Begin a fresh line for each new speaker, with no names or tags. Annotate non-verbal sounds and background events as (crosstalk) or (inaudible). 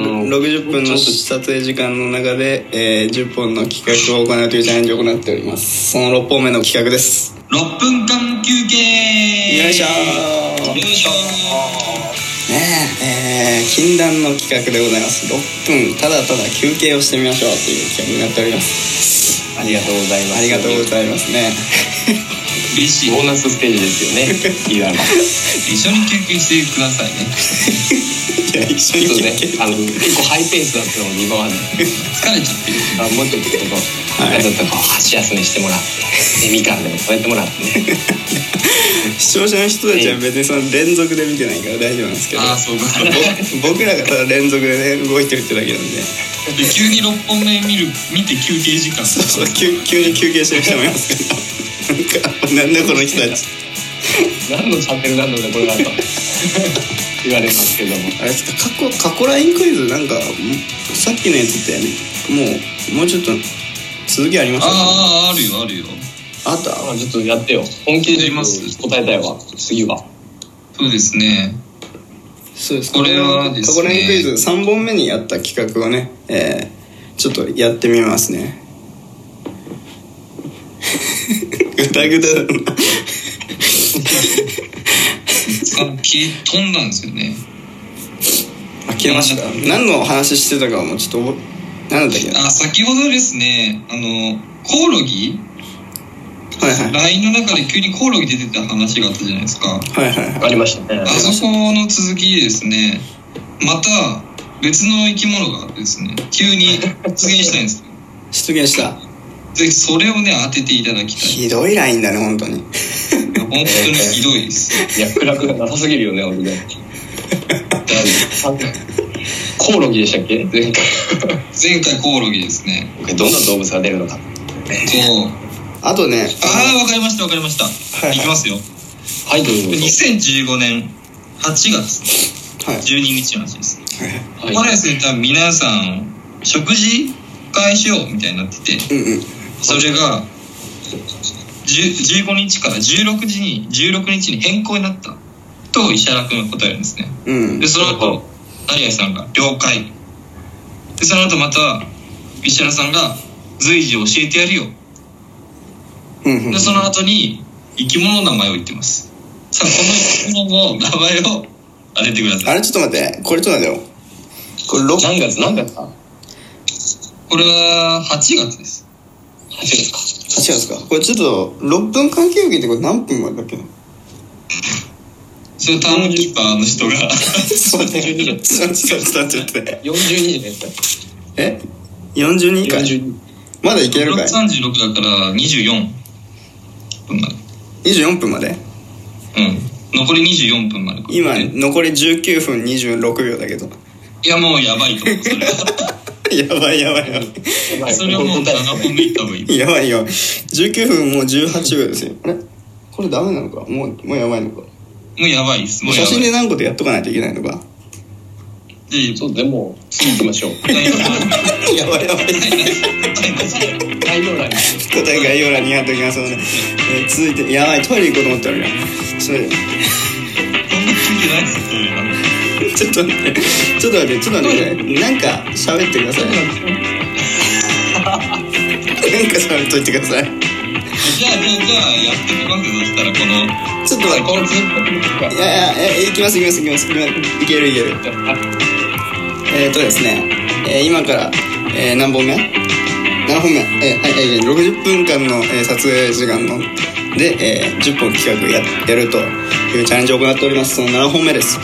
30分の撮影時間の中で、えー10本の企画を行うというチャレンジを行っておりますその6本目の企画です
6分間休憩
よいしょー
よいしょ
ねええー禁断の企画でございます6分ただただ休憩をしてみましょうという企画になっております
ありがとうございます
ありがとうございますね
ー嬉しい
ボーナスステージですよねいいだろう
一緒に休憩してくださいね
いや一緒に
そうね
休憩、
あの結構ハイペースだったのに今まで
疲れちゃってる
あもうちょっとこう、
はい
ちょっとこう箸休めしてもらってでみかんでもそうやってもらってね
(laughs) 視聴者の人たちは別にその連続で見てないから大丈夫なんですけど
ああそうか
ぼ僕らがただ連続でね動いてるってだけなんで
で急に6本目見る見て休憩時間
そうそう急急に休憩してる人もいますけどなんかなんだこの人たち
何のチャンネルなのだこれだと (laughs) 言われますけども
あれですか過去過去ラインクイズなんかもさっきのやつってもうもうちょっと続きありました
あああるよあるよ
あった
あちょっとやってよ本気で
やります
答えたいわ次は
そうですね
そうです
これはですね
過去ラインクイズ3本目にやった企画をね、えーちょっとやってみます
(laughs)
ねぐたぐた
(laughs)
だな
あ消え飛んだんですよね
あ消えました何の話してたかもちょっと覚え何だったっけな
あ先ほどですねあのコオロギ
はいはい
LINE の中で急にコオロギ出てた話があったじゃないですか
はいはいはい
ありましたね
あそこの続きでですねまた別の生き物がですね急に出現したいんですよ
出現した
ぜひそれをね当てていただきたい
ひどいラインだね本当に
本当にひどいです
いや暗くなさすぎるよね俺 (laughs) ねコオロギでしたっけ前回
前回コオロギですね
どんな動物が出るのか
そう
あとね
ああわかりましたわかりました、
い
い
はい
きますよ
はいどうぞ
2015年8月
あはい
12日の話です、
は
はい
これですね多分皆さん食事会しようみたいになってて
いうんうん
それが10 15日から16時に16日に変更になったと石原君が答えるんですね
うん
でその
はい
後有吉さんが「了解」でその後また石原さんが「随時教えてやるよ」
うんうん
でその後に生き物の名前を言ってますさあこの生き物の名前を当ててくださ
あ
い
れちょっと待ってこれちょっと待ってよこれ
何月何月か
これは8月です
8月か
8月かこれちょっと6分間休憩ってこれ何分までだっけな
それターンキーパーの人が
ちょっと待ってちょっと待ってちょっと待ってちょっと待って
42時ですか
(laughs) え42以下
42
まだいけるかい
636だから24分まで
24分まで
うん残り24分まで
今残り19分26秒だけど
いやもうやばいと思うそれは
(laughs) やばいやばいやばい
やばい
それはもう7本目いった方がい
(laughs)
い
やばいよ19分もう18秒ですよあれこれダメなのかもうもうやばいのか
もうやばいですもうや
写
ば
真
い
で何個でやっとかないといけないのか (laughs)
で
そうでも次行きましょう
やばいやばい
概要欄に
答え概要欄に貼っておきますので、えー続いてやばいトイレ行こうと思ったのにそれ
こんな聞いてないっすよそれは
ちょっと待ってちょっと待ってちょっと待ってなんか喋ってくださいなんか喋っといてください
じゃあじゃあじゃあやってみますよそしたらこの
ちょっと待
この
っ
ずっと
ていやいやいや行きます行きます行きます行きますいけるいけるえー、とですね、えー今から、えー何本目 ?7 本目、えーはいはい、60分間の、えー撮影時間ので、えー10本企画ややるというチャレンジを行っておりますその7本目です